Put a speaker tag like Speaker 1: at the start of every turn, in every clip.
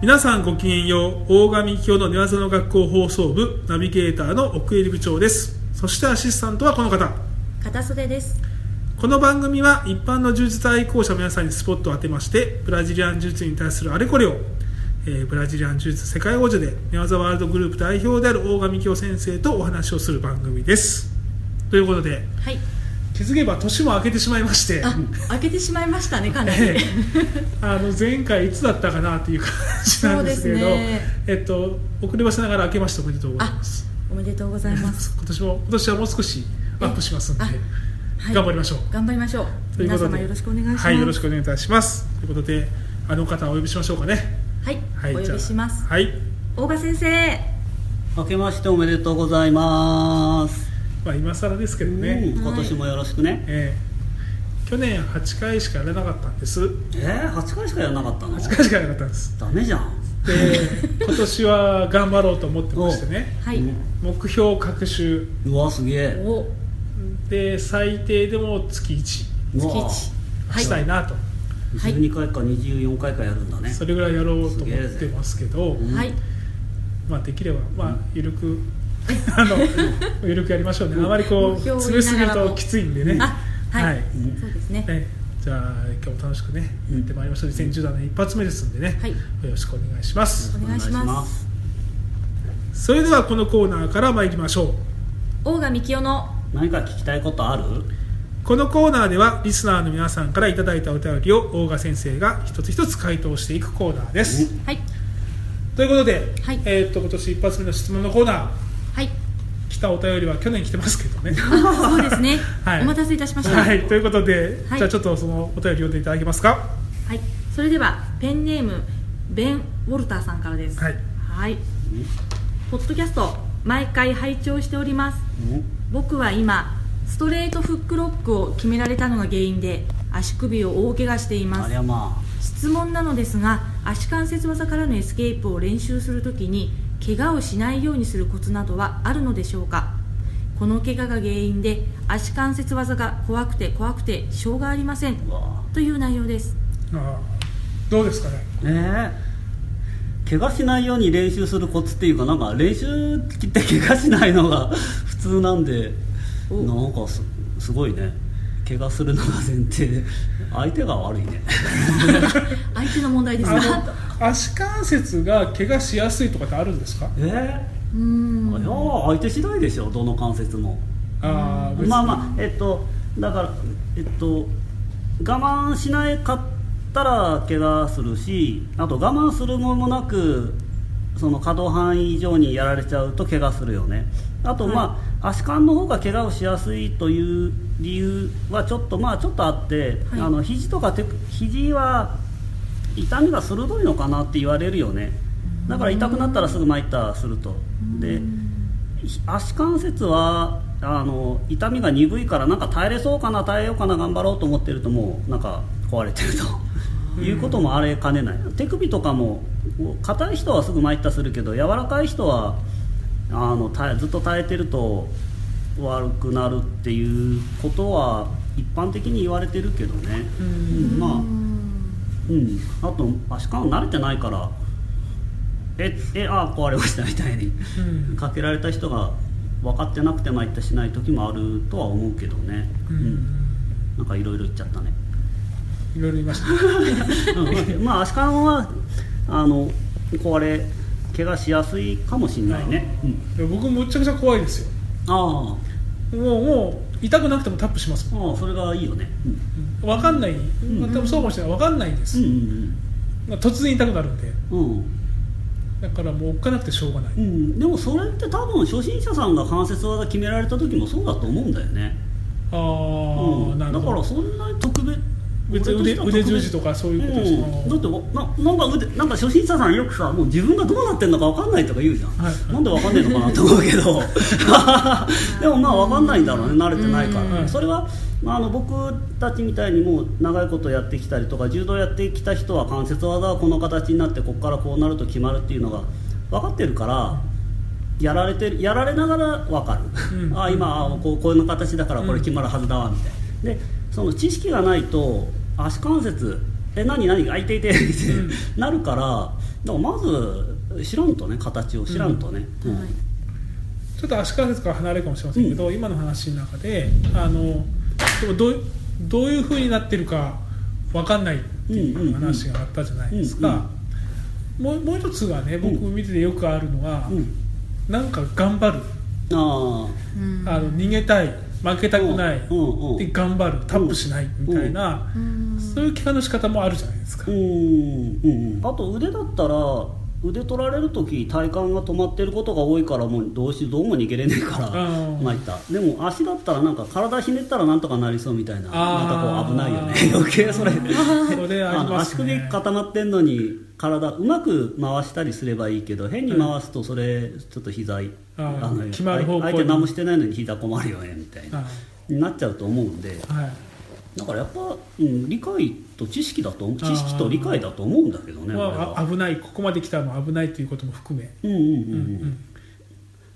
Speaker 1: 皆さんごきげんよう大神教の寝技の学校放送部ナビゲーターの奥入部長ですそしてアシスタントはこの方
Speaker 2: 片袖です
Speaker 1: この番組は一般の柔術愛好者の皆さんにスポットを当てましてブラジリアン柔術に対するあれこれを、えーブラジリアン柔術世界王者で寝技ワールドグループ代表である大神教先生とお話をする番組ですということで
Speaker 2: はい
Speaker 1: 気づけば年も明けてしまいまして
Speaker 2: あ開けてしまいましたねかな
Speaker 1: え
Speaker 2: り
Speaker 1: えあの前回いつだったかなっていう感じなんですけれど、
Speaker 2: そうですね
Speaker 1: えっと、遅ればせながら明けましておめでとうございます
Speaker 2: おめでとうございます
Speaker 1: 今年も今年はもう少しアップしますんで、
Speaker 2: あはい
Speaker 1: 頑張りましょう
Speaker 2: 頑張りましょう
Speaker 1: という
Speaker 2: 皆
Speaker 1: ことで
Speaker 2: 様よろしくお願いします
Speaker 1: はい、よろしくお願いいたしますということであの方をお呼びしましょうかね
Speaker 2: はい
Speaker 1: はい
Speaker 2: お
Speaker 1: じ
Speaker 2: 呼
Speaker 1: ゃあ
Speaker 2: びします
Speaker 1: はい、
Speaker 2: 大賀先生
Speaker 3: 明けましておめでとうございます、
Speaker 1: まあ、今更ですけどね、
Speaker 3: うん今年もよろしくね、
Speaker 1: ええ去年8回しかやらなかったんです8
Speaker 3: えー、8回しかやらなかったの
Speaker 1: 回しかやらなかったんです
Speaker 3: ダメじゃん
Speaker 1: で今年は頑張ろうと思ってましてね
Speaker 2: はい、
Speaker 3: うん
Speaker 1: 目標各週
Speaker 3: うわすげえ
Speaker 2: お
Speaker 1: で最低でも月1
Speaker 3: う
Speaker 2: 月
Speaker 3: わ
Speaker 2: 一
Speaker 1: したいなと、
Speaker 2: はい
Speaker 3: 12回か24回かやるんだね
Speaker 1: それぐらいやろうと思ってますけど、
Speaker 3: うん
Speaker 2: はい
Speaker 1: まあ、できれば、まあ、ゆるく あのゆるくやりましょうねあまりこう
Speaker 2: 目標を
Speaker 1: 潰
Speaker 2: 言い
Speaker 1: す
Speaker 2: な
Speaker 1: ぎ
Speaker 2: が
Speaker 1: る
Speaker 2: らも
Speaker 1: ときついんでね、
Speaker 2: あはい、
Speaker 1: はい
Speaker 2: そうですね
Speaker 1: ねじゃあ今日も楽しくね
Speaker 3: うん
Speaker 1: やってまいりましょう2017年一発目ですんでね、
Speaker 2: はい
Speaker 1: よろしくお願いします、
Speaker 2: お願いし
Speaker 3: お願いし
Speaker 2: ま
Speaker 3: ますす
Speaker 1: それではこのコーナーから参りましょう
Speaker 2: 大賀幹雄の
Speaker 3: 何か聞きたいことある
Speaker 1: このコーナーではリスナーの皆さんからいただいたお便りを大賀先生が一つ一つ回答していくコーナーです、
Speaker 3: うん
Speaker 2: はい
Speaker 1: ということで、
Speaker 2: はい
Speaker 1: えーっと今年一発目の質問のコーナー
Speaker 2: はい
Speaker 1: 来たお便りは去年来てますけど ね
Speaker 2: あそうですね、
Speaker 1: はい
Speaker 2: お待たせいたしました
Speaker 1: はいということで、
Speaker 2: はい
Speaker 1: じゃあちょっとそのお便り読んでいただけますか
Speaker 2: はい、それではペンネームベン・ウォルターさんからです
Speaker 1: はい
Speaker 2: はいポッドキャスト毎回拝聴しております
Speaker 3: うん
Speaker 2: 僕は今ストレートフックロックを決められたのが原因で足首を大怪我していま
Speaker 3: あり
Speaker 2: す
Speaker 3: ゃま
Speaker 2: 質問なのですが足関節技からのエスケープを練習するときに怪我をしないようにするコツなどはあるのでしょうかこの怪我が原因で足関節技が怖くて怖くてしょうがありません
Speaker 3: あうわ
Speaker 2: という内容です
Speaker 1: あーどうですかね
Speaker 3: えー怪我しないように練習するコツっていうかなんか練習って怪我しないのが 普通なんで
Speaker 2: お
Speaker 3: なんかすすごいね怪我するのが前提で相手が悪いね
Speaker 2: 相手の問題ですが
Speaker 1: あの足関節が怪我しやすいとかってあるんですか
Speaker 3: えー
Speaker 2: うーん
Speaker 3: いやー相手次第でしょどの関節も
Speaker 1: あー別に
Speaker 3: まあまあえっとだからえっと我慢しないかったら怪我するしあと我慢するものもなくその可動範囲以上にやられちゃうと怪我するよねあとまあ、足換の方が怪我をしやすいという理由はちょっとまあちょっとあって、
Speaker 2: はい
Speaker 3: あの肘とか手肘は痛みが鋭いのかなって言われるよねだから痛くなったらすぐマイターするとで足関節はあの痛みが鈍いからなんか耐えれそうかな耐えようかな頑張ろうと思ってるともうなんか壊れてるということもあれかねない手首とかも硬い人はすぐマイターするけど柔らかい人はあの耐えずっと耐えてると悪くなるっていうことは一般的に言われてるけどね、うんまあうん、あと足感慣れてないからええああ壊れましたみたいに、
Speaker 1: うん
Speaker 3: かけられた人が分かってなくて参ったしない時もあるとは思うけどね、
Speaker 1: うん
Speaker 3: なんかいろいろ言っちゃったね、
Speaker 1: いろいろ言いました
Speaker 3: うんまあ足感はあの壊れ怪我しやすいかもしれないね、うん、
Speaker 1: ね僕むちゃくちゃ怖いですよ
Speaker 3: あ
Speaker 1: もうもう痛くなくてもタップします
Speaker 3: あああそれがいいよねうん
Speaker 1: 分かんない、
Speaker 3: ん
Speaker 1: まあ、多分そうかもしれない分かんないんです、
Speaker 3: うん
Speaker 1: まあ突然痛くなるんで
Speaker 3: うんうんうん
Speaker 1: だからもうおっかなくてしょうがない、
Speaker 3: うん、でもそれって多分初心者さんが関節技決められた時もそうだと思うんだよね
Speaker 1: ああ、
Speaker 3: うん
Speaker 1: なる
Speaker 3: だ
Speaker 1: ほ
Speaker 3: か
Speaker 1: ど
Speaker 3: らそんなに特別
Speaker 1: 別に腕
Speaker 3: 俺としては特別
Speaker 1: 腕十字とかそういうことでしょ
Speaker 3: うんだってわななんか腕なんか初心者さんよくさもう自分がどうなってんのか分かんないとか言うじゃん、
Speaker 1: はいはい
Speaker 3: なんで分かんないのかなと思 うけどでもまあ分かんないんだろうね慣れてないか
Speaker 1: うん
Speaker 3: ら、
Speaker 1: うん
Speaker 3: それは、まあ、あの僕たちみたいにもう長いことやってきたりとか柔道やってきた人は関節技はこの形になってここからこうなると決まるっていうのが分かってるからやられてるやられながら分かる、
Speaker 1: うん
Speaker 3: ああ今あこうこういう形だからこれ決まるはずだわみたいな、でその知識がないと足関節え何何あいていてって
Speaker 1: うん
Speaker 3: なるからだからまず知らんとね形を知らんとね、うん
Speaker 2: はい
Speaker 1: ちょっと足関節から離れるかもしれませんけど、今の話の中であのでもどうどういうふうになってるか分かんないっていう話があったじゃないですか、もうもう一つはね僕見ててよくあるのは、
Speaker 3: うん
Speaker 1: なんか頑張る、
Speaker 3: あ
Speaker 2: うん
Speaker 1: あの逃げたい負けたくない、
Speaker 3: うんうんうん
Speaker 1: で頑張るタップしないみたいな、
Speaker 2: うん
Speaker 1: そういう怪我の仕方もあるじゃないです
Speaker 3: あう
Speaker 1: か、
Speaker 3: んうんうんあと腕だったら腕取られる時体幹が止まってることが多いからもうどうしどうも逃げれねえから
Speaker 1: うん
Speaker 3: まいったでも足だったらなんか体ひねったらなんとかなりそうみたいななん
Speaker 1: あー
Speaker 3: かこう危ないよね余 計それ
Speaker 1: それあり
Speaker 3: の
Speaker 1: ま
Speaker 3: 足
Speaker 1: す
Speaker 3: 首
Speaker 1: ね
Speaker 3: 固まってんのに体うまく回したりすればいいけど変に回すとそれちょっと膝い
Speaker 1: あー
Speaker 3: の
Speaker 1: 決まる方向に
Speaker 3: 相手何もしてないのに膝困るよねみたいな
Speaker 1: は
Speaker 3: になっちゃうと思うんで
Speaker 1: いはい
Speaker 3: だからやっぱ、うん、理解と知識だと知識と理解だと思うんだけどね俺
Speaker 1: まああ
Speaker 3: は
Speaker 1: 危ないここまで来たのは危ないということも含め、
Speaker 3: うんう
Speaker 1: う
Speaker 3: んうんんうん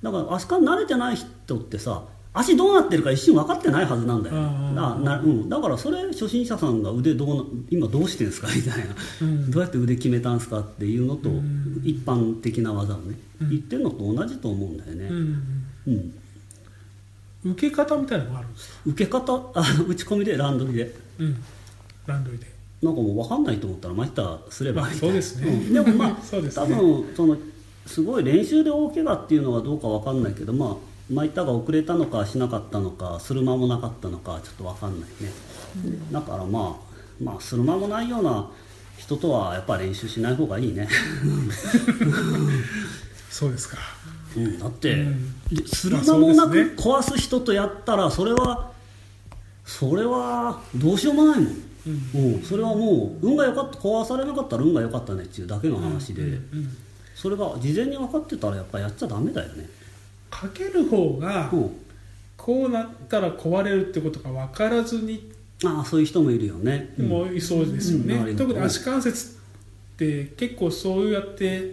Speaker 3: だから足から慣れてない人ってさ足どうなってるか一瞬分かってないはずなんだよ、
Speaker 1: うんうん
Speaker 3: あなうん、だからそれ初心者さんが腕どうな今どうしてんすかみたいな、
Speaker 1: うん
Speaker 3: どうやって腕決めたんすかっていうのと、
Speaker 1: うん
Speaker 3: 一般的な技をね、
Speaker 1: うん
Speaker 3: 言ってるのと同じと思うんだよね、
Speaker 1: うんうん
Speaker 3: うん
Speaker 1: うん、受け方みたいなのもあるんですか、
Speaker 3: 受け方あ打ち込みでランドリで
Speaker 1: うん、ランドリーで
Speaker 3: なんかもう分かんないと思ったらまたすればいい
Speaker 1: まあそうですね
Speaker 3: んでもまあ
Speaker 1: そうですね
Speaker 3: 多分そのすごい練習で大怪我っていうのはどうか分かんないけどまあマイタが遅れたのかしなかったのかする間もなかったのかちょっと分かんないね、だからまあまあする間もないような人とはやっぱ練習しない方がいいね、
Speaker 1: そうですか
Speaker 3: うん、だって、
Speaker 1: うん
Speaker 3: する間もな
Speaker 1: まあそう
Speaker 3: く
Speaker 1: ですね
Speaker 3: 壊す人とやったらそれはそれはどうしようもないもん
Speaker 1: うん
Speaker 3: うん、それはもう運が良かった壊されなかったら運が良かったねっていうだけの話で、
Speaker 1: うん
Speaker 3: それが事前に分かってたらやっぱやっちゃダメだよね、
Speaker 1: かける方が
Speaker 3: うん、
Speaker 1: こうなったら壊れるってことが分からずに
Speaker 3: ああそういう人もいるよね、うん
Speaker 1: もいそうですよね、
Speaker 3: うんうん
Speaker 1: 特に足関節って結構そうやって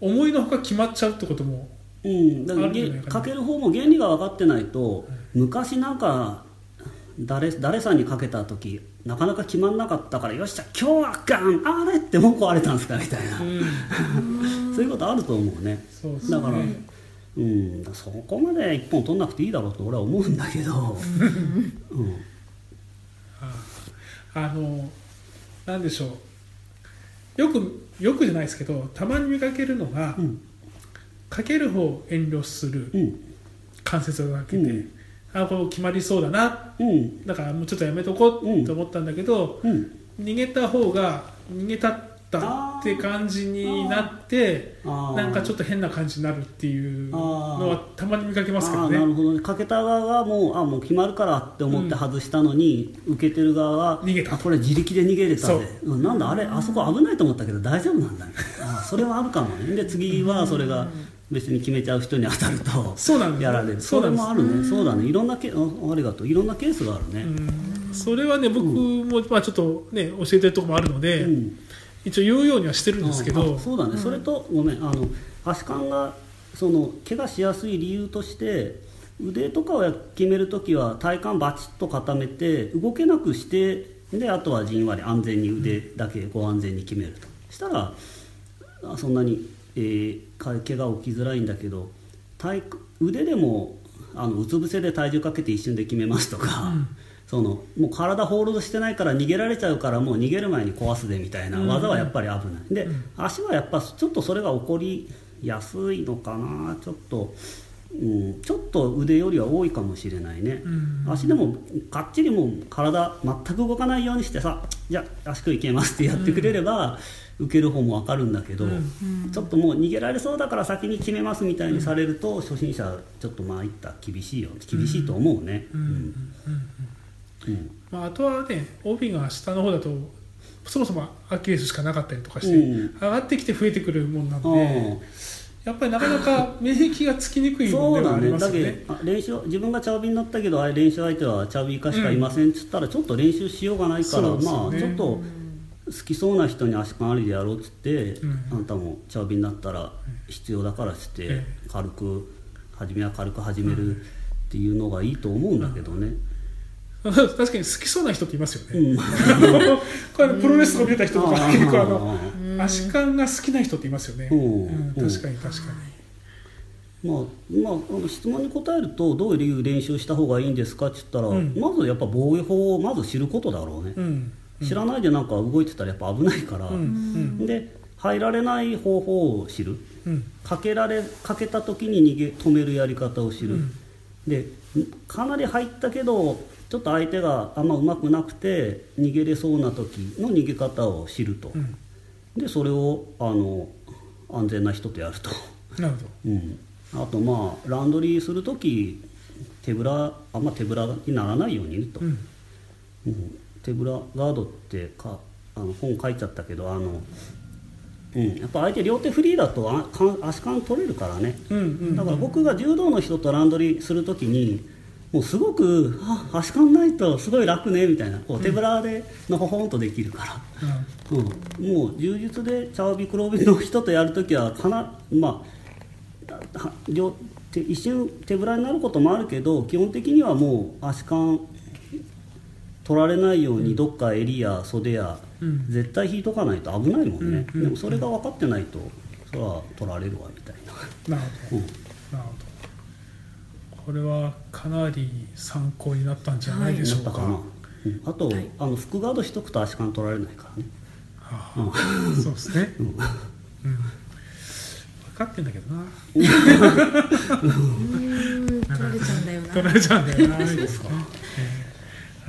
Speaker 1: 思いのほか決まっちゃうってことも
Speaker 3: うんだから
Speaker 1: あるんじゃないかな
Speaker 3: げかける方も原理が分かってないと昔なんか誰誰さんにかけた時なかなか決まんなかったからよっしゃ今日はガンあれってもう壊れたんですかみたいな、
Speaker 1: うん
Speaker 3: そういうことあると思うね
Speaker 1: そうですね
Speaker 3: だから、うん、そこまで一本取んなくていいだろうと俺は思うんだけ ど、うん、
Speaker 1: あのなんでしょうよくよくじゃないですけどたまに見かけるのが、
Speaker 3: うん
Speaker 1: かける方を遠慮する
Speaker 3: うん
Speaker 1: 関節をかけて、
Speaker 3: うん
Speaker 1: あこれ決まりそうだな
Speaker 3: うん
Speaker 1: だからもうちょっとやめとこ
Speaker 3: う
Speaker 1: うんと思ったんだけど、
Speaker 3: うん
Speaker 1: 逃げた方が逃げたったって感じになって
Speaker 3: あー
Speaker 1: なんかちょっと変な感じになるっていうのはたまに見かけますけ
Speaker 3: あ
Speaker 1: ど
Speaker 3: あなる
Speaker 1: ね
Speaker 3: ほどねかけた側がもうあもう決まるからって思って外したのに、受けてる側が
Speaker 1: 逃げた
Speaker 3: あこれ自力で逃げれた
Speaker 1: そう
Speaker 3: でうんなんだあれあそこ危ないと思ったけど大丈夫なんだねあそれはあるかもねで次はそれが別に決めちゃう人に当たると
Speaker 1: そうなんです
Speaker 3: やられる
Speaker 1: そう
Speaker 3: そ
Speaker 1: な
Speaker 3: れ
Speaker 1: んです
Speaker 3: もあるねそうだねいろんなケあありがとういろんなケースがある
Speaker 1: う
Speaker 3: ね、
Speaker 1: んそれはね僕も、まあ、ちょっとね教えてるところもあるの
Speaker 3: う
Speaker 1: で、
Speaker 3: ん
Speaker 1: 一応言うようにはしてるんですけど
Speaker 3: あそうだね、それとごめんあの足感がその怪我しやすい理由として腕とかを決めるときは体幹バチッと固めて動けなくしてであとはじんわり安全に腕だけご安全に決めると、したらあそんなに、えーか怪我起きづらいんだけど体腕でもあのうつ伏せで体重かけて一瞬で決めますとか、そのもう体ホールドしてないから逃げられちゃうからもう逃げる前に壊すでみたいな技はやっぱり危ない、で足はやっぱちょっとそれが起こりやすいのかなちょっと、うん、ちょっと腕よりは多いかもしれないね、
Speaker 1: うん
Speaker 3: 足でもかっちりもう体全く動かないようにしてさじゃあ足首いけますってやってくれれば、受ける方も分かるんだけど、
Speaker 1: うん
Speaker 3: ちょっともう逃げられそうだから先に決めますみたいにされると、初心者ちょっとまあいった厳しいよ厳しいと思うね
Speaker 1: うんうん
Speaker 3: うん
Speaker 1: まあ、あとはね帯が下の方だとそもそもアキレスしかなかったりとかして、
Speaker 3: うん
Speaker 1: 上がってきて増えてくるもんな
Speaker 3: あ
Speaker 1: ので、
Speaker 3: ー
Speaker 1: やっぱりなかなか免疫がつきにくいも
Speaker 3: そ
Speaker 1: の
Speaker 3: う
Speaker 1: では
Speaker 3: だ
Speaker 1: あり
Speaker 3: ね
Speaker 1: ます
Speaker 3: だ
Speaker 1: よ
Speaker 3: け
Speaker 1: ね
Speaker 3: どあ練習自分がチャオビになったけどあれ練習相手はチャオビ以下しかいませんっつったら、ちょっと練習しようがないから、
Speaker 1: そうです
Speaker 3: ま
Speaker 1: よ
Speaker 3: あ
Speaker 1: ね
Speaker 3: ちょっと好きそうな人に足換ありでやろうっつって、
Speaker 1: ん
Speaker 3: あんたもチャオビになったら必要だからっつって、
Speaker 1: え
Speaker 3: 軽く初めは軽く始めるっていうのがいいと思うんだけどね、
Speaker 1: 確 かに好きそうな人っていますよね、
Speaker 3: うん
Speaker 1: これプロレスとか出た人とか
Speaker 3: あー
Speaker 1: 結構あの
Speaker 3: う
Speaker 1: 足足感が好きな人っていますよね、
Speaker 3: お
Speaker 1: う、
Speaker 3: うん
Speaker 1: 確かに確か
Speaker 3: まあまあ、あの質問に答えるとどういう練習した方がいいんですかって言ったら、
Speaker 1: うん
Speaker 3: まずやっぱ防衛法をまず知ることだろうね
Speaker 1: に、う、ん
Speaker 3: 知らないでなんか動いてたらやっぱ危ないから、
Speaker 1: うんうん
Speaker 3: で入られない方法を知る
Speaker 1: うん
Speaker 3: かけられかけた時に逃げ止めるやり方を知る、
Speaker 1: うん
Speaker 3: でかなり入ったけどちょっと相手があんまうまくなくて逃げれそうな時の逃げ方を知ると、
Speaker 1: うん
Speaker 3: でそれをあの安全な人とやると、
Speaker 1: なるほど
Speaker 3: うん、あとまあランドリーする時手ぶらあんま手ぶらにならないようにねと、
Speaker 1: うん
Speaker 3: うん手ぶらガードってかあの本書いちゃったけどあの、うん、やっぱ相手両手フリーだとあか足感取れるからね、
Speaker 1: うんうん
Speaker 3: だから僕が柔道の人とランドリーするときにもうすごくあ足感ないとすごい楽ねみたいなこう手ぶらでのほほんとできるから。
Speaker 1: うん
Speaker 3: うん、もう柔術で茶帯黒帯の人とやるときはかな、まあ、は両手一瞬手ぶらになることもあるけど基本的にはもう足感取られないようにどっか襟や袖や、
Speaker 1: うん
Speaker 3: 絶対引いとかないと危ないもんね、
Speaker 1: うんうん
Speaker 3: でもそれが分かってないとそれは取られるわみたいな、
Speaker 1: なる
Speaker 3: う
Speaker 1: ほど
Speaker 3: ん
Speaker 1: なるほどこれはかなり参考になったんじゃないでしょう
Speaker 3: だ
Speaker 1: か、
Speaker 3: から、うんあと、
Speaker 2: はい
Speaker 3: あの副ガードしとくと足感取られないから ね
Speaker 1: はあ、そうですね、うん、分かってんだけどな
Speaker 2: うん取られちゃうんだよな
Speaker 1: 取られちゃうんだよなですか、えー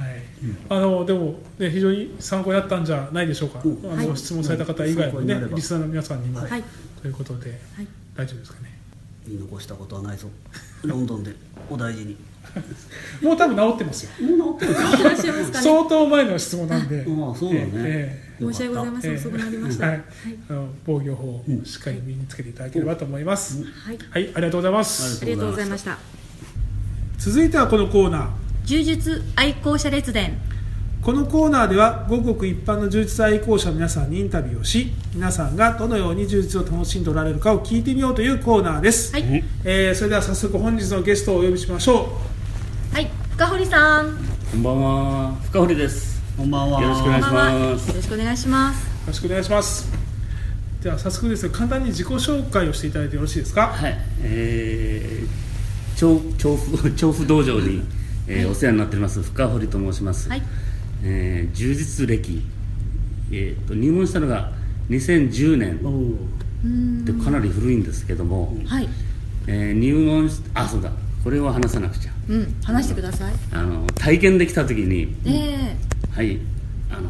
Speaker 1: はいあのでも、ね、非常に参考になったんじゃないでしょうか、
Speaker 3: うん
Speaker 2: は
Speaker 1: あの
Speaker 2: い
Speaker 1: 質問された方以外の、ね
Speaker 3: 参考になれば
Speaker 1: リスナーの皆さんに も、
Speaker 2: はい
Speaker 1: ということで
Speaker 2: はい
Speaker 1: 大丈夫ですかね
Speaker 3: 見残したことはないぞロンドンでお大事に
Speaker 1: もう多分治ってますよ
Speaker 3: もう治ってるか
Speaker 2: いらっしゃいますかね
Speaker 1: 相当前の質問なんで、
Speaker 3: ああそうだね、
Speaker 1: え
Speaker 2: 申し訳ございません遅くなりました
Speaker 1: は
Speaker 2: はいい
Speaker 1: あの防御法をしっかり身につけていただければと思います、
Speaker 2: はい
Speaker 1: はいありがとうございます
Speaker 2: ありがとうございました
Speaker 1: 続いてはこのコーナー
Speaker 2: 柔術愛好者列伝
Speaker 1: このコーナーではごくごく一般の柔術愛好者の皆さんにインタビューをし皆さんがどのように柔術を楽しんでおられるかを聞いてみようというコーナーです、
Speaker 2: はい
Speaker 1: えーそれでは早速本日のゲストをお呼びしましょ
Speaker 2: はい深堀さん
Speaker 4: こんばんは、深堀です。
Speaker 3: こんばんは。
Speaker 4: よろしくお願いし
Speaker 2: こんばんはよ
Speaker 4: ま
Speaker 2: ろ
Speaker 4: す
Speaker 2: しくお願いします
Speaker 1: うよろしくお願いしますでは早速ですが簡単に自己紹介をしていただいてよろしいですか
Speaker 4: はい、えー、調調布 調布道場に、えーお世話になっております深堀と申します。
Speaker 2: はい
Speaker 4: えー柔術歴、えーと入門したのが2010
Speaker 3: お
Speaker 4: 年
Speaker 2: う
Speaker 3: う
Speaker 2: ん
Speaker 4: でかなり古いんですけども、
Speaker 2: はい
Speaker 4: えー入門しあそうだこれを話さなくちゃ
Speaker 2: うん話してください
Speaker 4: あの体験できた時に
Speaker 2: え
Speaker 4: はいあの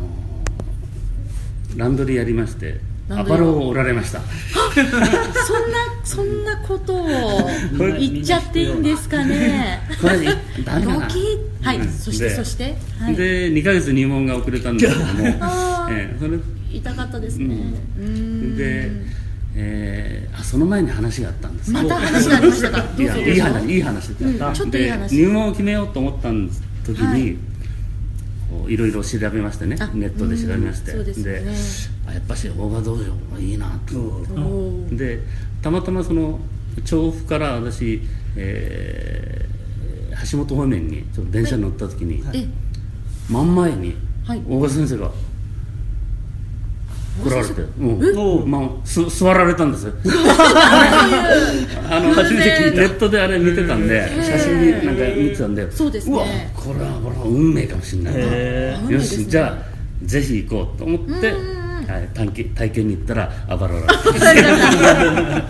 Speaker 4: ーランドリーやりまして
Speaker 2: ラ
Speaker 4: ア
Speaker 2: ンドリー
Speaker 4: パロをおられました。
Speaker 2: えそんなそんなことを
Speaker 4: これ
Speaker 2: 言っちゃっていいんですかね
Speaker 4: これでダ
Speaker 2: ド
Speaker 4: メ
Speaker 2: キ
Speaker 4: だな
Speaker 2: ッはい
Speaker 4: うん
Speaker 2: そして
Speaker 4: で
Speaker 2: そしてはい
Speaker 4: で2ヶ月入門が遅れたんですけども、
Speaker 2: あー
Speaker 4: ええそれ
Speaker 2: 痛かったですねうーん
Speaker 4: で、えーあその前に話があったんです
Speaker 2: また話がありましたか
Speaker 4: い
Speaker 2: どう
Speaker 4: や
Speaker 2: ぞ
Speaker 4: いい話いい話って
Speaker 2: うんちょっといい話
Speaker 4: で入門を決めようと思った時に、
Speaker 2: はい
Speaker 4: いこういろいろ調べましてね
Speaker 2: あ
Speaker 4: ネットで調べまして、
Speaker 2: うんそうですよね
Speaker 4: あやっぱし大賀道場はいいなと、
Speaker 2: おおー
Speaker 4: でたまたまその調布から私、えー橋本方面にちょっと電車に乗った時に、
Speaker 2: え
Speaker 4: 真ん前に
Speaker 2: はい
Speaker 4: 大賀先生が来られて、
Speaker 3: お
Speaker 4: う
Speaker 3: うん
Speaker 4: まあ、す座られたん ですよあの初めて聞いたネットであれ見てたんで
Speaker 2: ー
Speaker 4: 写真になんか見てたんで
Speaker 2: そうですね
Speaker 4: わこれはこれは運命かもしれないな
Speaker 2: ー
Speaker 3: へ
Speaker 4: よ
Speaker 2: 運命です
Speaker 4: し
Speaker 2: ね
Speaker 4: じゃあぜひ行こうと思って、
Speaker 2: うんうんうん
Speaker 4: はい、探検体験に行ったらあばらら
Speaker 2: 疲れちゃっ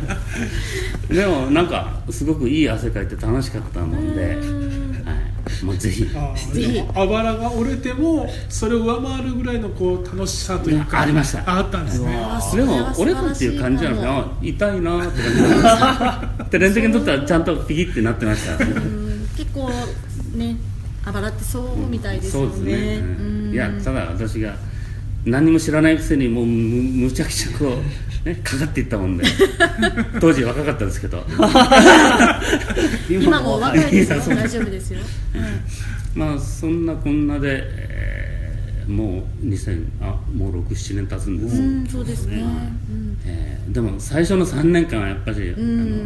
Speaker 2: た
Speaker 4: でもなんかすごくいい汗かいて楽しかったもんで、はい、もうぜひ
Speaker 1: あー
Speaker 2: ぜひ
Speaker 1: でもあばらが折れてもそれを上回るぐらいのこう楽しさというか
Speaker 4: ありました
Speaker 1: ああったんですね
Speaker 2: あそ
Speaker 4: で
Speaker 2: れは素
Speaker 4: も
Speaker 2: 晴
Speaker 4: 俺
Speaker 2: らしい
Speaker 4: だっていう感じじゃなくてあ痛いなーって感じなんですで連続にとったらちゃんとピキってなってました
Speaker 2: うーん結構ねあばらってそうみたいですよ
Speaker 4: そうですね
Speaker 2: ね
Speaker 4: う
Speaker 2: うん
Speaker 4: んいやただ私が何も知らないくせにもうむむちゃくちゃこう、ね、かかっていったも んで当時若かったですけど
Speaker 2: 今もう若いですよ
Speaker 4: やそう
Speaker 2: 大丈夫です よ
Speaker 4: まあそんなこんなで、えーもう2000あもう67年経つんで
Speaker 2: う
Speaker 4: す、
Speaker 2: んそうですねうん
Speaker 4: えーでも最初の3年間はやっぱり、
Speaker 2: うん
Speaker 4: あの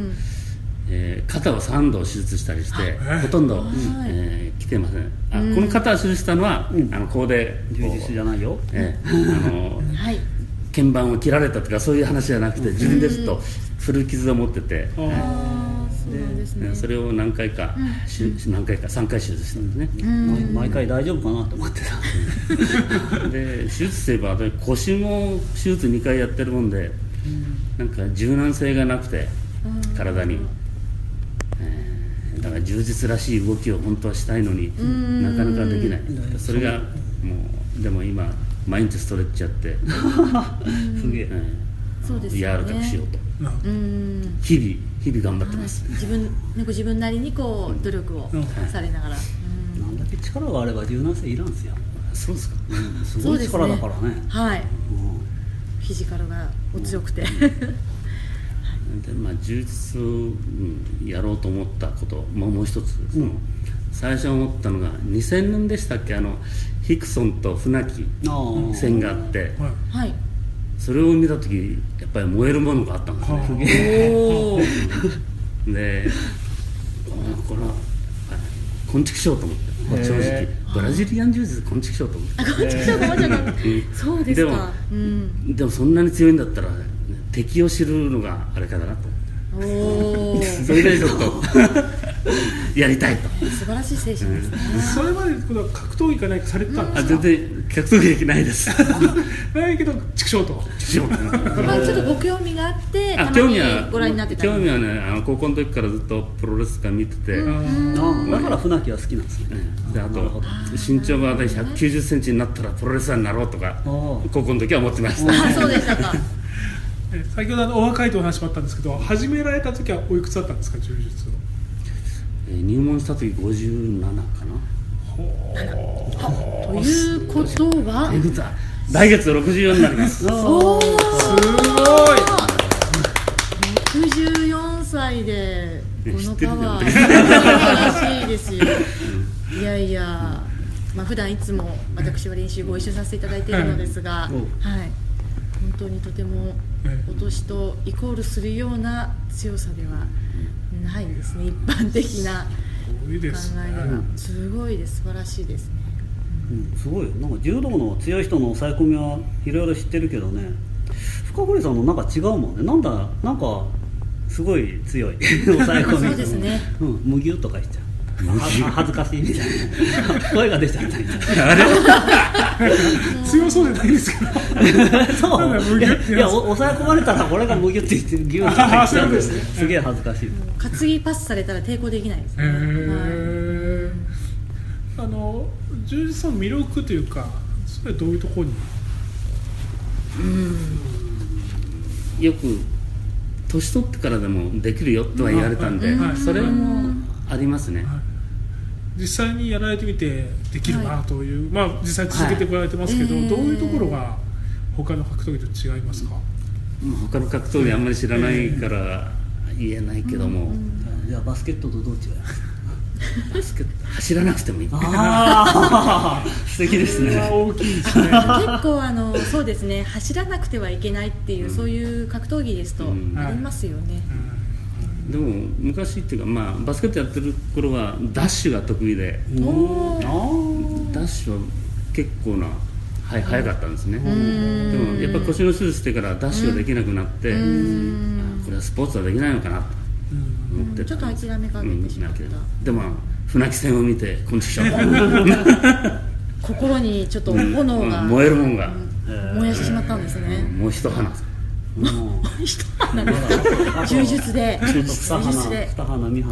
Speaker 4: えー肩を3度手術したりしてほとんど、えー来てませんあ、この肩を手術したのは、あのここでこう
Speaker 3: 充実じゃないよ。
Speaker 4: えーあの
Speaker 2: はい
Speaker 4: 鍵盤を切られたとかそういう話じゃなくて自分でちょっと古傷を持ってて、
Speaker 1: あ
Speaker 4: はい
Speaker 5: ああそうなんですね
Speaker 4: ねそれを何回か、し何回か3回手術したんですね、
Speaker 5: うん
Speaker 3: 毎回大丈夫かなと思ってた
Speaker 4: で手術すればで腰も手術2回やってるもんで、なんか柔軟性がなくて
Speaker 5: うん
Speaker 4: 体に、えーだから充実らしい動きを本当はしたいのに
Speaker 5: ん
Speaker 4: なかなかできないそれがもうでも今毎日ストレッチやって、
Speaker 3: すげえ
Speaker 4: え
Speaker 5: そうです
Speaker 4: ー柔
Speaker 5: よ
Speaker 4: ら
Speaker 5: ね
Speaker 4: かくしようと
Speaker 1: なるほど
Speaker 5: うん
Speaker 4: 日々日々頑張って
Speaker 5: はい
Speaker 4: ます、
Speaker 5: 自分なんか自分なりにこう努力を
Speaker 1: うん
Speaker 5: されながら、うん
Speaker 3: なんだけ力があれば柔軟性いらんすよ
Speaker 4: そうですか
Speaker 3: す
Speaker 5: そ
Speaker 3: ご
Speaker 5: う
Speaker 3: い
Speaker 5: です
Speaker 3: 力だからね
Speaker 5: はい
Speaker 3: うん
Speaker 5: フィジカルがお強くて、
Speaker 4: でまあ充実を、うんやろうと思ったこともうもう一つその、
Speaker 3: うん
Speaker 4: 最初思ったのが2000年でしたっけあのヒクソンと船木
Speaker 3: ああ
Speaker 4: 線があって
Speaker 1: はい
Speaker 5: はい
Speaker 4: それを見た時やっぱり燃えるものがあったんですね、
Speaker 1: は
Speaker 5: おお
Speaker 4: でこのこの昆虫賞と思って正直ブラジリアン柔術昆虫賞と思って
Speaker 5: ちょっと待って待ってそうです
Speaker 4: でも
Speaker 5: かうん
Speaker 4: でもそんなに強いんだったら、ね敵を知るのがあれかだなと
Speaker 5: おお
Speaker 4: それでちょっ とやりたいと
Speaker 5: 素晴らしい精神ですね
Speaker 1: いそれまでこれは格闘技か何かされてたんで
Speaker 4: あ
Speaker 1: す
Speaker 4: 全然格闘技できないです
Speaker 1: ないけど畜生と
Speaker 4: 師匠
Speaker 5: まあちょっとご興味があってた
Speaker 4: あ
Speaker 5: ま
Speaker 4: 興味
Speaker 5: に
Speaker 4: は
Speaker 5: ご覧になってたり
Speaker 4: 興味はねあの高校の時からずっとプロレスが見てて、
Speaker 3: ああだから船木は好きなんですね
Speaker 4: であと身長が1 9 0センチになったらプロレスラーになろうとか
Speaker 3: あ
Speaker 4: 高校の時は思ってました
Speaker 5: あそうでした か
Speaker 1: え先ほどあのお若いとお話もあったんですけど始められた時はおいくつだったんですか柔術を
Speaker 4: えー入門した時57かな
Speaker 5: ということは
Speaker 4: えぐた来月64になります
Speaker 5: おお
Speaker 1: ごい
Speaker 5: 64歳でこ
Speaker 4: 知
Speaker 5: の
Speaker 4: って
Speaker 5: パ
Speaker 4: るじゃん
Speaker 5: ワー素晴らしいですよいやいやまあ普段いつも私は練習ご一緒させていただいているのですが、はい
Speaker 3: うん、
Speaker 5: 本当にとてもお年とイコールするような強さではないですね一般的な
Speaker 1: すごい
Speaker 5: 考
Speaker 1: ですね
Speaker 5: えではすごいです素晴らしいですね
Speaker 3: うんすごいよなんか柔道の強い人の抑え込みはいろいろ知ってるけどね深堀さんのなんか違うもんねなんだなんかすごい強い 抑え込み
Speaker 5: そうですね
Speaker 3: うん、むぎゅっとかしちゃうあ恥ずかしいみたいな声が出ちゃった みたい
Speaker 1: 強そうじゃないですけど
Speaker 3: なそう
Speaker 1: なんだむぎゅってやつ
Speaker 3: いやお抑え込まれたら俺がむぎゅって言ってぎ ゅっとかしちゃう
Speaker 1: そうですね
Speaker 3: すげえ恥ずかしい、
Speaker 5: 担ぎパスされたら抵抗できないです
Speaker 1: へ
Speaker 5: ね、はい
Speaker 1: えあの柔術の魅力というかそれはどういうところに
Speaker 4: よく年取ってからでもできるよとは言われたんで、
Speaker 1: うんはい
Speaker 4: それもありますね、
Speaker 1: 実際にやられてみてできるなという、まあ実際続けてこられてますけど、
Speaker 5: はい
Speaker 1: どういうところが他の格闘技と違いますか、
Speaker 4: まあ他の格闘技あんまり知らないから言えないけども、
Speaker 3: じゃあバスケットとどう違う
Speaker 4: バスケット走らなくてもいい
Speaker 3: ああ素敵です
Speaker 1: それは
Speaker 3: ね
Speaker 1: 大きいですね
Speaker 5: 結構あのそうですね走らなくてはいけないっていう、そういう格闘技ですと
Speaker 4: うん
Speaker 5: ありますよね、
Speaker 4: でも昔っていうか、まあ、バスケットやってる頃はダッシュが得意で
Speaker 3: うん
Speaker 5: おー
Speaker 3: あー
Speaker 4: ダッシュは結構な、はい、早かったんですねでもやっぱ腰の手術してからダッシュができなくなってあーこれはスポーツはできないのかなと思って
Speaker 5: ちょっと諦めかけてしまった
Speaker 4: うんでも船木戦を見 て昆虫症
Speaker 5: 心にちょっと炎が、
Speaker 4: 燃えるもんが、
Speaker 5: 燃やしてしまったんですね、
Speaker 4: もう一花
Speaker 3: うん
Speaker 5: 柔術 で
Speaker 3: ちょ
Speaker 5: 柔
Speaker 3: っと二
Speaker 5: 術
Speaker 3: 花
Speaker 5: で、
Speaker 3: 二花三花
Speaker 5: うん、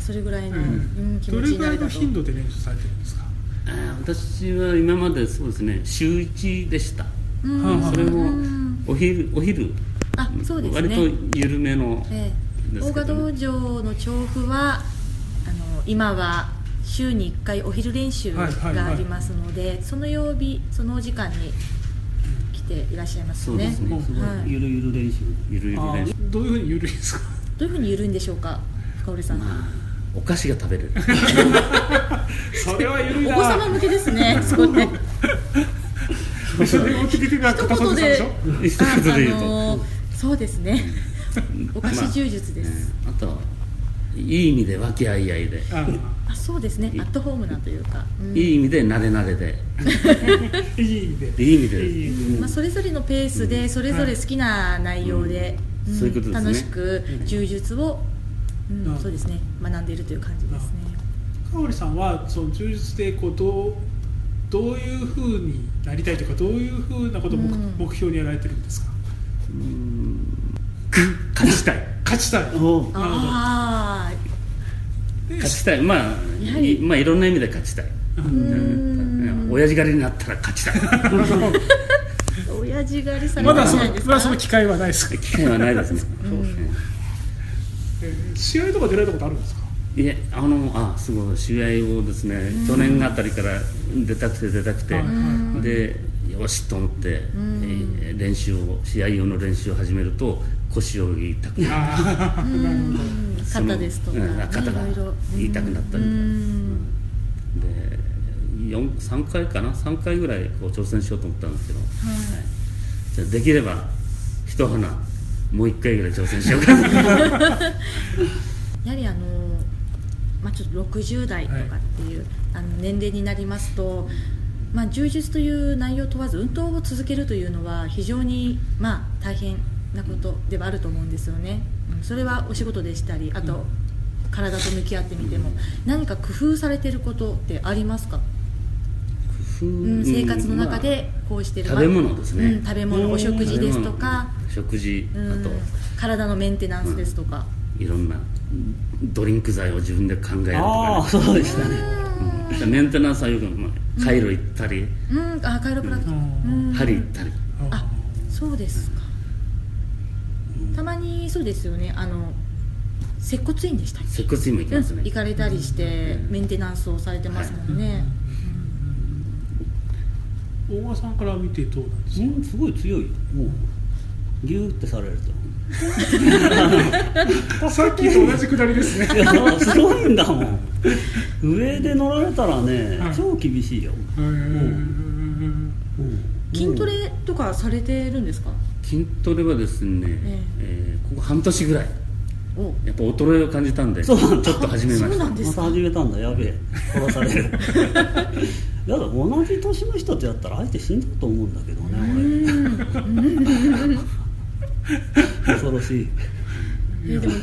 Speaker 5: それぐらいの、
Speaker 1: う
Speaker 5: うんん気
Speaker 1: ど
Speaker 5: 持ち
Speaker 1: れ
Speaker 5: に
Speaker 1: ぐ
Speaker 5: な
Speaker 1: ら
Speaker 5: れ
Speaker 1: い
Speaker 5: た
Speaker 1: の
Speaker 5: と
Speaker 1: 頻度で練習されてるんですか、
Speaker 4: あー私は今までそうですね週1でした、
Speaker 5: うん
Speaker 1: はあはあ
Speaker 4: それもお昼お昼
Speaker 5: あそうです
Speaker 4: 割
Speaker 5: ね
Speaker 4: と緩めの、
Speaker 5: ええ
Speaker 4: です
Speaker 5: 大
Speaker 4: け
Speaker 5: 賀
Speaker 4: どね
Speaker 5: 道場の調布はあの今は週に1回お昼練習
Speaker 1: はいはいはい
Speaker 5: がありますので、その曜日そのお時間に来ていらっしゃいます
Speaker 4: そうで
Speaker 5: ね
Speaker 4: すね
Speaker 3: すごい、
Speaker 5: はい
Speaker 3: ゆるゆる練習
Speaker 4: ゆるゆる練習
Speaker 1: どういうふうに緩いんですか
Speaker 5: どういうふうに緩いんでしょうか深堀さん、
Speaker 4: お菓子が食べれる
Speaker 1: それは緩い
Speaker 5: お
Speaker 1: な
Speaker 5: 子 様向けですねすごいね
Speaker 1: それを聞いてな
Speaker 5: 一
Speaker 1: 片袖
Speaker 5: 言
Speaker 1: さんで
Speaker 5: で
Speaker 1: しょ
Speaker 4: 一
Speaker 5: あ
Speaker 4: 言で言うと、
Speaker 5: あのーそうですねお菓子柔術です、
Speaker 4: まあえーあといい意味で和気あいあいで、
Speaker 1: あ
Speaker 5: あそうですね
Speaker 4: い
Speaker 5: アットホームなというか、うん
Speaker 4: いい意味でなでなでで
Speaker 1: いい意味で
Speaker 4: いい意味で
Speaker 1: いい意味
Speaker 5: まあ、それぞれのペースでそれぞれ好きな内容で、
Speaker 4: うん
Speaker 5: ん
Speaker 4: そういうことですね
Speaker 5: 楽しく柔術を、うん
Speaker 1: うん
Speaker 5: そうですね学んでいるという感じですね、
Speaker 1: 香織さんはその充実でこうどうどういうふうになりたいとかどういうふうなことを目,、
Speaker 5: うん
Speaker 1: 目標にやられてるんですか
Speaker 4: 勝ちたい
Speaker 1: 勝ちたい
Speaker 4: 勝
Speaker 5: あ
Speaker 1: で
Speaker 4: ちたいまあ
Speaker 5: やはり
Speaker 4: いまあいろんな意味で勝ちたいうん親父狩りになったら勝ちたい
Speaker 5: あ親父狩りされ
Speaker 1: ま
Speaker 5: て
Speaker 1: だそ
Speaker 5: ないんです
Speaker 1: ま
Speaker 5: か
Speaker 1: だその機会はないですけど
Speaker 4: 機会はないですね
Speaker 1: えー試合とか出られたことあるんですか
Speaker 4: いえあのあすごい試合をですね、去年あたりから出たくて出たくて、
Speaker 1: はいは
Speaker 4: でよしと思って、えー練習を試合用の練習を始めると腰を痛くなる
Speaker 1: あーなるほど
Speaker 5: うん肩ですとか、
Speaker 4: うん肩が
Speaker 5: ねいろいろ
Speaker 4: 痛くなったみたいな、
Speaker 5: うん
Speaker 4: で四3回かな3回ぐらいこう挑戦しようと思ったんですけど、はいじゃあできれば一花もう1回ぐらい挑戦しようかな
Speaker 5: やはりあの、まあ、ちょっと60代とかっていう、あの年齢になりますと、まあ、充実という内容問わず運動を続けるというのは非常に、まあ、大変なことではあると思うんですよね。うんそれはお仕事でしたりあと、体と向き合ってみても何か工夫されてることってありますか、 うん、生活の中でこうしてる、
Speaker 4: 食べ物ですね
Speaker 5: うん食べ物お食事ですとか、
Speaker 4: 食事あ
Speaker 5: うん
Speaker 4: と、
Speaker 5: 体のメンテナンスですとか、
Speaker 4: いろんなドリンク剤を自分で考えると
Speaker 3: ああ
Speaker 4: か、
Speaker 3: そうでしたね
Speaker 4: ねうんメンテナンスはよく、まあ、カイロ行ったり、
Speaker 5: うん、あカイロプラクティック、うん
Speaker 4: 針行ったり、
Speaker 1: あ
Speaker 5: あそうですか、たまにそうですよねあの接骨院でしたっ
Speaker 4: 接骨院も行き
Speaker 5: け、
Speaker 4: ますね、
Speaker 5: 行かれたりしてメンテナンスをされてますもんね、
Speaker 1: 大川さんから見てどうなんですか
Speaker 3: うんすごい強いよもうギューってされると
Speaker 1: さっきと同じくだりですね
Speaker 3: いやすごいんだもん上で乗られたらね、
Speaker 1: はい
Speaker 3: 超厳しいよ、
Speaker 1: うーん
Speaker 3: うん
Speaker 5: 筋トレとかされてるんですか、
Speaker 4: 筋トレはですね、
Speaker 5: え
Speaker 4: えーここ半年ぐらい
Speaker 5: お
Speaker 4: やっぱ衰えを感じたんでち
Speaker 3: そ
Speaker 4: ょ
Speaker 3: うなん
Speaker 4: っ
Speaker 3: だ
Speaker 4: と始めま
Speaker 5: そう
Speaker 4: し
Speaker 5: な
Speaker 4: た
Speaker 5: んで
Speaker 3: ますた
Speaker 5: か
Speaker 3: 始めたんだやべえ殺され るやだ同じ年の人とやったら相手死んだと思うんだけどね俺 恐ろしい
Speaker 5: えでも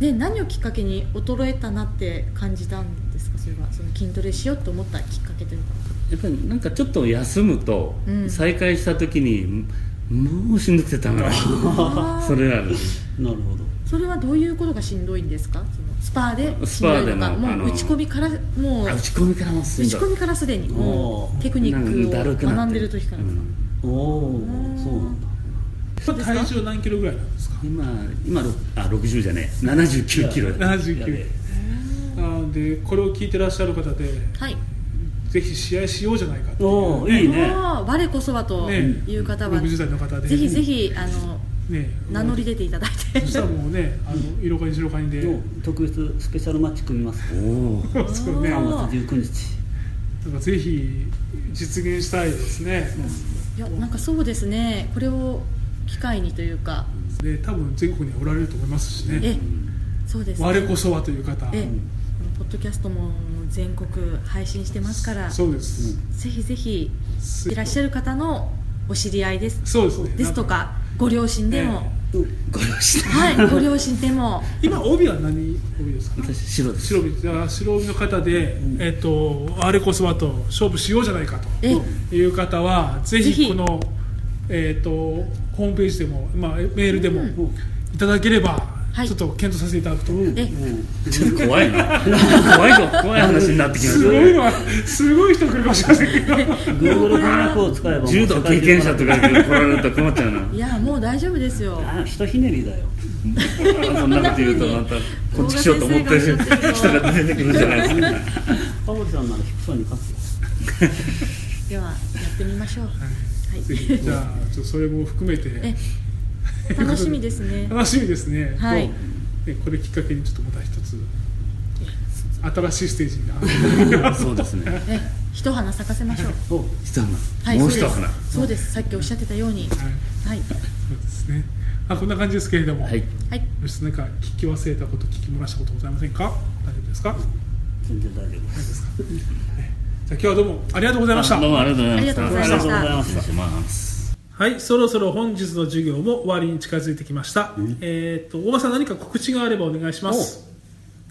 Speaker 5: ね何をきっかけに衰えたなって感じたんですかそれはその筋トレしようと思ったきっかけというか
Speaker 4: やっぱりなんかちょっと休むと、
Speaker 5: うん
Speaker 4: 再開した時にもうしんどくてたまら
Speaker 5: あ
Speaker 4: ない それがあ
Speaker 3: な
Speaker 4: る
Speaker 3: るほど
Speaker 5: それはどういうことがしんどいんですかそのスパーでしんどいの
Speaker 4: スパー
Speaker 5: か
Speaker 4: でもあ
Speaker 5: も
Speaker 4: の
Speaker 5: う打ち込みからもう
Speaker 4: あ打ち込みからもす
Speaker 5: 打
Speaker 4: ん
Speaker 5: ち
Speaker 4: だ
Speaker 5: 込みからすでにも
Speaker 3: お
Speaker 5: う
Speaker 3: ー
Speaker 5: テクニッ
Speaker 4: なんかだる
Speaker 5: ク
Speaker 4: く
Speaker 5: を
Speaker 4: なっ
Speaker 5: 学
Speaker 4: て
Speaker 5: んでる時からですか
Speaker 4: うん
Speaker 3: おおそうなんだ
Speaker 1: 体重何キロぐらいなんですか
Speaker 4: 今今ろあ60じゃねえ79キロだ
Speaker 3: やべえ
Speaker 1: 79なのでこれを聞いてらっしゃる方で
Speaker 5: はい
Speaker 1: ぜひ試合しようじゃないかっていう
Speaker 3: おーいいね
Speaker 5: ああ我こそはと
Speaker 1: ね
Speaker 5: いう方は、
Speaker 1: 60代の方で
Speaker 5: ぜひぜひあの
Speaker 1: ね
Speaker 5: 名乗り出ていただいて
Speaker 1: そしたらもうねあの色かに白かにで
Speaker 3: もう特別スペシャルマッチ組みます
Speaker 4: おお
Speaker 1: そうねなん
Speaker 5: おー
Speaker 3: 3月19日
Speaker 1: かぜひ実現したいですね
Speaker 5: いやなんかそうですねこれを機会にというか
Speaker 1: で多分全国にはおられると思いますしね
Speaker 5: えそうですね
Speaker 1: 我こそはという方
Speaker 5: えポッドキャストも全国配信してますからぜ
Speaker 1: そうです
Speaker 5: ひぜひ
Speaker 1: す
Speaker 5: いらっしゃる方のお知り合いです
Speaker 1: そうですね
Speaker 5: ですとかご両親でも、
Speaker 4: ご了承
Speaker 5: はいご両親でも
Speaker 1: 今帯は何帯ですか
Speaker 4: 私白です
Speaker 1: 白帯あ白帯の方で、えっと、あれこそはと勝負しようじゃないか
Speaker 5: え
Speaker 1: という方はぜ
Speaker 5: ぜ
Speaker 1: ひ
Speaker 5: ひ
Speaker 1: この、えっと、ホームページでも、まあ、メールでもいただければ、
Speaker 5: はい
Speaker 1: ちょっと検討させていただくと、
Speaker 5: え
Speaker 4: ちょっと怖いな怖いぞ怖い話になってきまし
Speaker 1: すごいのはすごい人来るかもしれませんけ ど
Speaker 3: Google 翻訳を使えばも
Speaker 4: た
Speaker 3: う
Speaker 4: 柔道経験者とか
Speaker 3: 世界中
Speaker 4: 来られると困っちゃうない
Speaker 5: やもう大丈夫です よ
Speaker 3: あひとひねりだよ
Speaker 4: そんなこと言うとまたこっちしようと思ってる人が出てくるんじゃないですか
Speaker 3: タモリさんならヒクソンに勝つよ
Speaker 5: ではやってみましょう、
Speaker 1: ぜ
Speaker 5: は
Speaker 1: ひじゃあちょっとそれも含めて
Speaker 5: えい、楽しみですね
Speaker 1: 楽しみですね、
Speaker 5: はい
Speaker 1: もうねこれきっかけにちょっとまた一つ新しいステージにな
Speaker 4: そうですね
Speaker 5: え一花咲かせましょ う
Speaker 3: お
Speaker 4: 一花、
Speaker 5: はい
Speaker 4: もう
Speaker 5: そう
Speaker 4: 一
Speaker 5: です
Speaker 4: 花
Speaker 5: そうですさっきおっしゃってたように
Speaker 1: はい
Speaker 5: はい
Speaker 1: そうですね。あこんな感じですけれども、
Speaker 4: はい
Speaker 5: はい
Speaker 1: ですなんか聞き忘れたこと聞き漏らしたことございませんか大丈夫ですか
Speaker 3: 全然大丈夫です
Speaker 1: じゃあ今日はどうもありがとうございました
Speaker 4: どうもありがとうございました
Speaker 5: ありがとうございました
Speaker 4: ありがとうございま失礼します
Speaker 1: はいそろそろ本日の授業も終わりに近づいてきました、えっ、と大場さん何か告知があればお願いします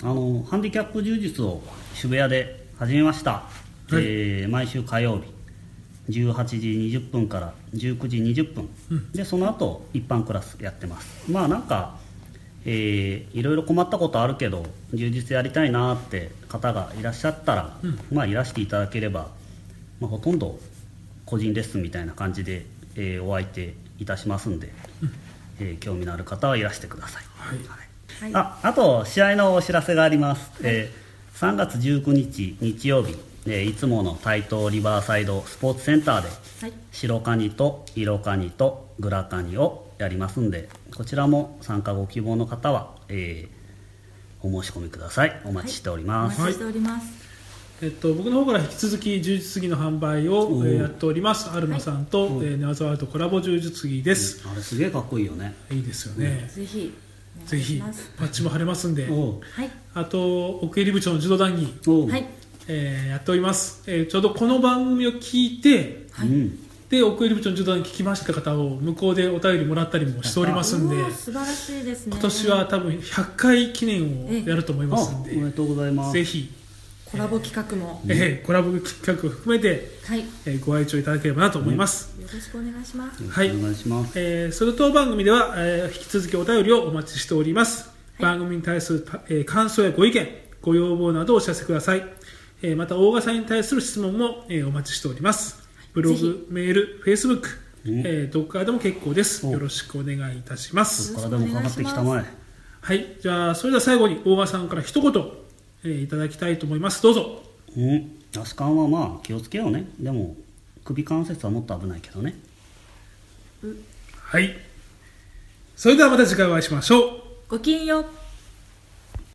Speaker 3: あのハンディキャップ柔術を渋谷で始めました、
Speaker 1: い
Speaker 3: えー毎週火曜日18時20分から19時20分、でその後一般クラスやってますまあなんか、えーいろいろ困ったことあるけど柔術やりたいなーって方がいらっしゃったら、まあいらしていただければ、まあ、ほとんど個人レッスンみたいな感じで、えーお相手いたしますんで、えー興味のある方はいらしてください、
Speaker 1: はい
Speaker 5: はい
Speaker 3: ああと試合のお知らせがあります、えー3月19日日曜日、えーいつもの台東リバーサイドスポーツセンターで
Speaker 5: はい
Speaker 3: 白カニと色カニとグラカニをやりますんでこちらも参加ご希望の方は、えーお申し込みくださいお待ちしており
Speaker 5: お
Speaker 3: ます、
Speaker 5: 待ちしております
Speaker 1: えっと、僕の方から引き続き柔術着の販売を、
Speaker 3: おー
Speaker 1: えーやっておりますアルマさんと、えーネアザワールドコラボ柔術着です、
Speaker 3: あれすげえかっこいいよね
Speaker 1: いいですよね、
Speaker 5: ぜひお
Speaker 1: ぜ
Speaker 5: 願いし
Speaker 1: ひ
Speaker 5: ます
Speaker 1: パッチも貼れますんで
Speaker 3: おう
Speaker 5: はい
Speaker 1: あと奥入部長の柔道談義、
Speaker 3: おう
Speaker 5: はい
Speaker 1: えーやっております、えーちょうどこの番組を聞いて
Speaker 3: うん
Speaker 1: で奥入部長の柔道談義聞きました方を向こうでお便りもらったりもしておりますんで
Speaker 5: おー素晴らしいですね
Speaker 1: 今年は多分100回記念をやると思い
Speaker 3: あ
Speaker 1: ますん
Speaker 3: おめで
Speaker 1: で
Speaker 3: とうございます
Speaker 1: ぜひ、
Speaker 5: コラボ企画も
Speaker 1: えーコラボ企画を含めて、
Speaker 5: はいよ
Speaker 1: えーご愛聴いただければなと思います、
Speaker 5: ろしくお願いします
Speaker 1: はい
Speaker 3: お願いします
Speaker 1: えーそれと番組では、えー引き続きお便りをお待ちしております、
Speaker 5: い
Speaker 1: 番組に対する、えー感想やご意見ご要望などをお知らせください、えーまた大賀さんに対する質問も、えーお待ちしておりますブロ
Speaker 5: ぜひ
Speaker 1: グメールフェイスブック、
Speaker 3: うん
Speaker 1: えーどっからでも結構です
Speaker 3: お
Speaker 1: よろしくお願いいたします
Speaker 3: ここからでもかかってきたまえ
Speaker 1: はいじゃあそれでは最後に大賀さんから一言、えーいただきたいと思いますどうぞ
Speaker 3: うん、アシカンはまあ気をつけようねでも首関節はもっと危ないけどね
Speaker 1: はいそれではまた次回お会いしましょう
Speaker 5: ごきげんよう